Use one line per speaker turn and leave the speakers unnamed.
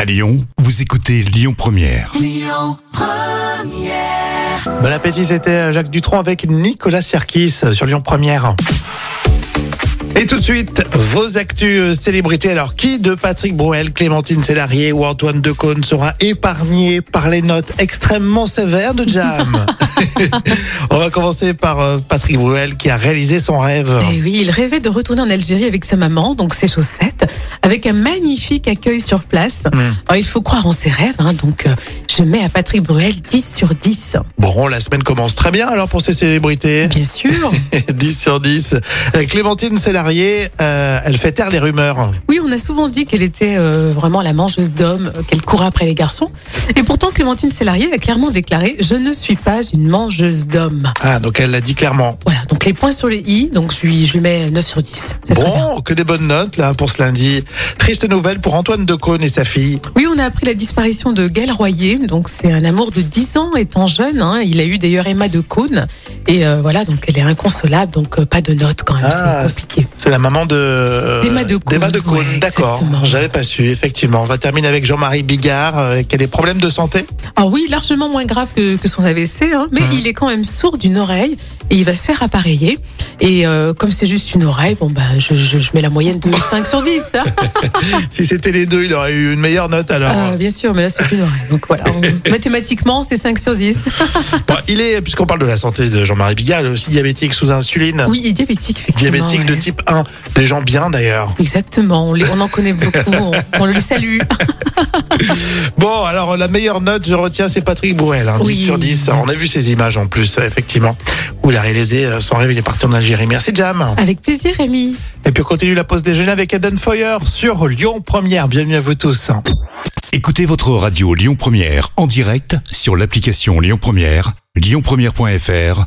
À Lyon, vous écoutez Lyon Première.
Bon appétit, c'était euh, Jacques Dutronc avec Nicolas Sierkis sur Lyon Première. Et tout de suite, vos actus euh, célébrités. Alors, qui de Patrick Bruel, Clémentine Sélarié ou Antoine Decaune sera épargné par les notes extrêmement sévères de Jam On va commencer par euh, Patrick Bruel qui a réalisé son rêve.
Eh oui, il rêvait de retourner en Algérie avec sa maman, donc c'est chose faite, avec un magnifique accueil sur place.
Hmm.
Alors, il faut croire en ses rêves, hein, donc euh, je mets à Patrick Bruel 10 sur 10.
Bon, la semaine commence très bien alors pour ces célébrités.
Bien sûr.
10 sur 10. Euh, Clémentine Sélarié, euh, elle fait taire les rumeurs.
Oui, on a souvent dit qu'elle était euh, vraiment la mangeuse d'hommes, euh, qu'elle courait après les garçons. Et pourtant, Clémentine Sélarié a clairement déclaré Je ne suis pas une mangeuse d'hommes.
Ah, donc elle l'a dit clairement.
Voilà, donc les points sur les i, donc je lui, je lui mets 9 sur 10. Ça serait bien.
Bon, que des bonnes notes là pour ce lundi. Triste nouvelle pour Antoine Decaune et sa fille.
Oui, on a appris la disparition de Gaël Royer. Donc, c'est un amour de 10 ans étant jeune. hein. Il a eu d'ailleurs Emma de Cône. Et euh, voilà, donc elle est inconsolable. Donc, euh, pas de notes quand même.
Ah,
c'est compliqué.
C'est la maman de euh,
D'Emma Decaune.
d'Emma Decaune,
Ouais,
d'accord.
exactement.
J'avais pas su, effectivement. On va terminer avec Jean-Marie Bigard euh, qui a des problèmes de santé.
Alors, oui, largement moins grave que, que son AVC. hein, mais
Mmh.
il est quand même sourd d'une oreille. Et il va se faire appareiller. Et euh, comme c'est juste une oreille, bon, ben, je, je- je mets la moyenne de 5 sur 10. hein.
si c'était les deux, il aurait eu une meilleure note alors.
Ah, bien sûr, mais là, c'est qu'une oreille. Donc, voilà. on- Mathématiquement, c'est 5 sur 10.
Ah. Bon, il est puisqu'on parle de la santé de Jean-Marie Bigard, il est aussi diabétique sous insuline,
Oui, et diabétique, effectivement.
diabétique de
ouais.
type 1, des gens bien d'ailleurs.
Exactement, on, les- on en connaît beaucoup, on, on le salue.
Bon, alors la meilleure note, je retiens, c'est Patrick Bouel, hein, 10
Oui.
sur 10. On a vu ces images en plus, euh, effectivement, où il a réalisé euh, son rêve, il est parti en Algérie. Merci Jam.
Avec plaisir, Rémi.
Et puis on continue la pause déjeuner avec Eden Foyer sur Lyon Première. Bienvenue à vous tous.
Écoutez votre radio Lyon Première en direct sur l'application Lyon Première, lyonpremière.fr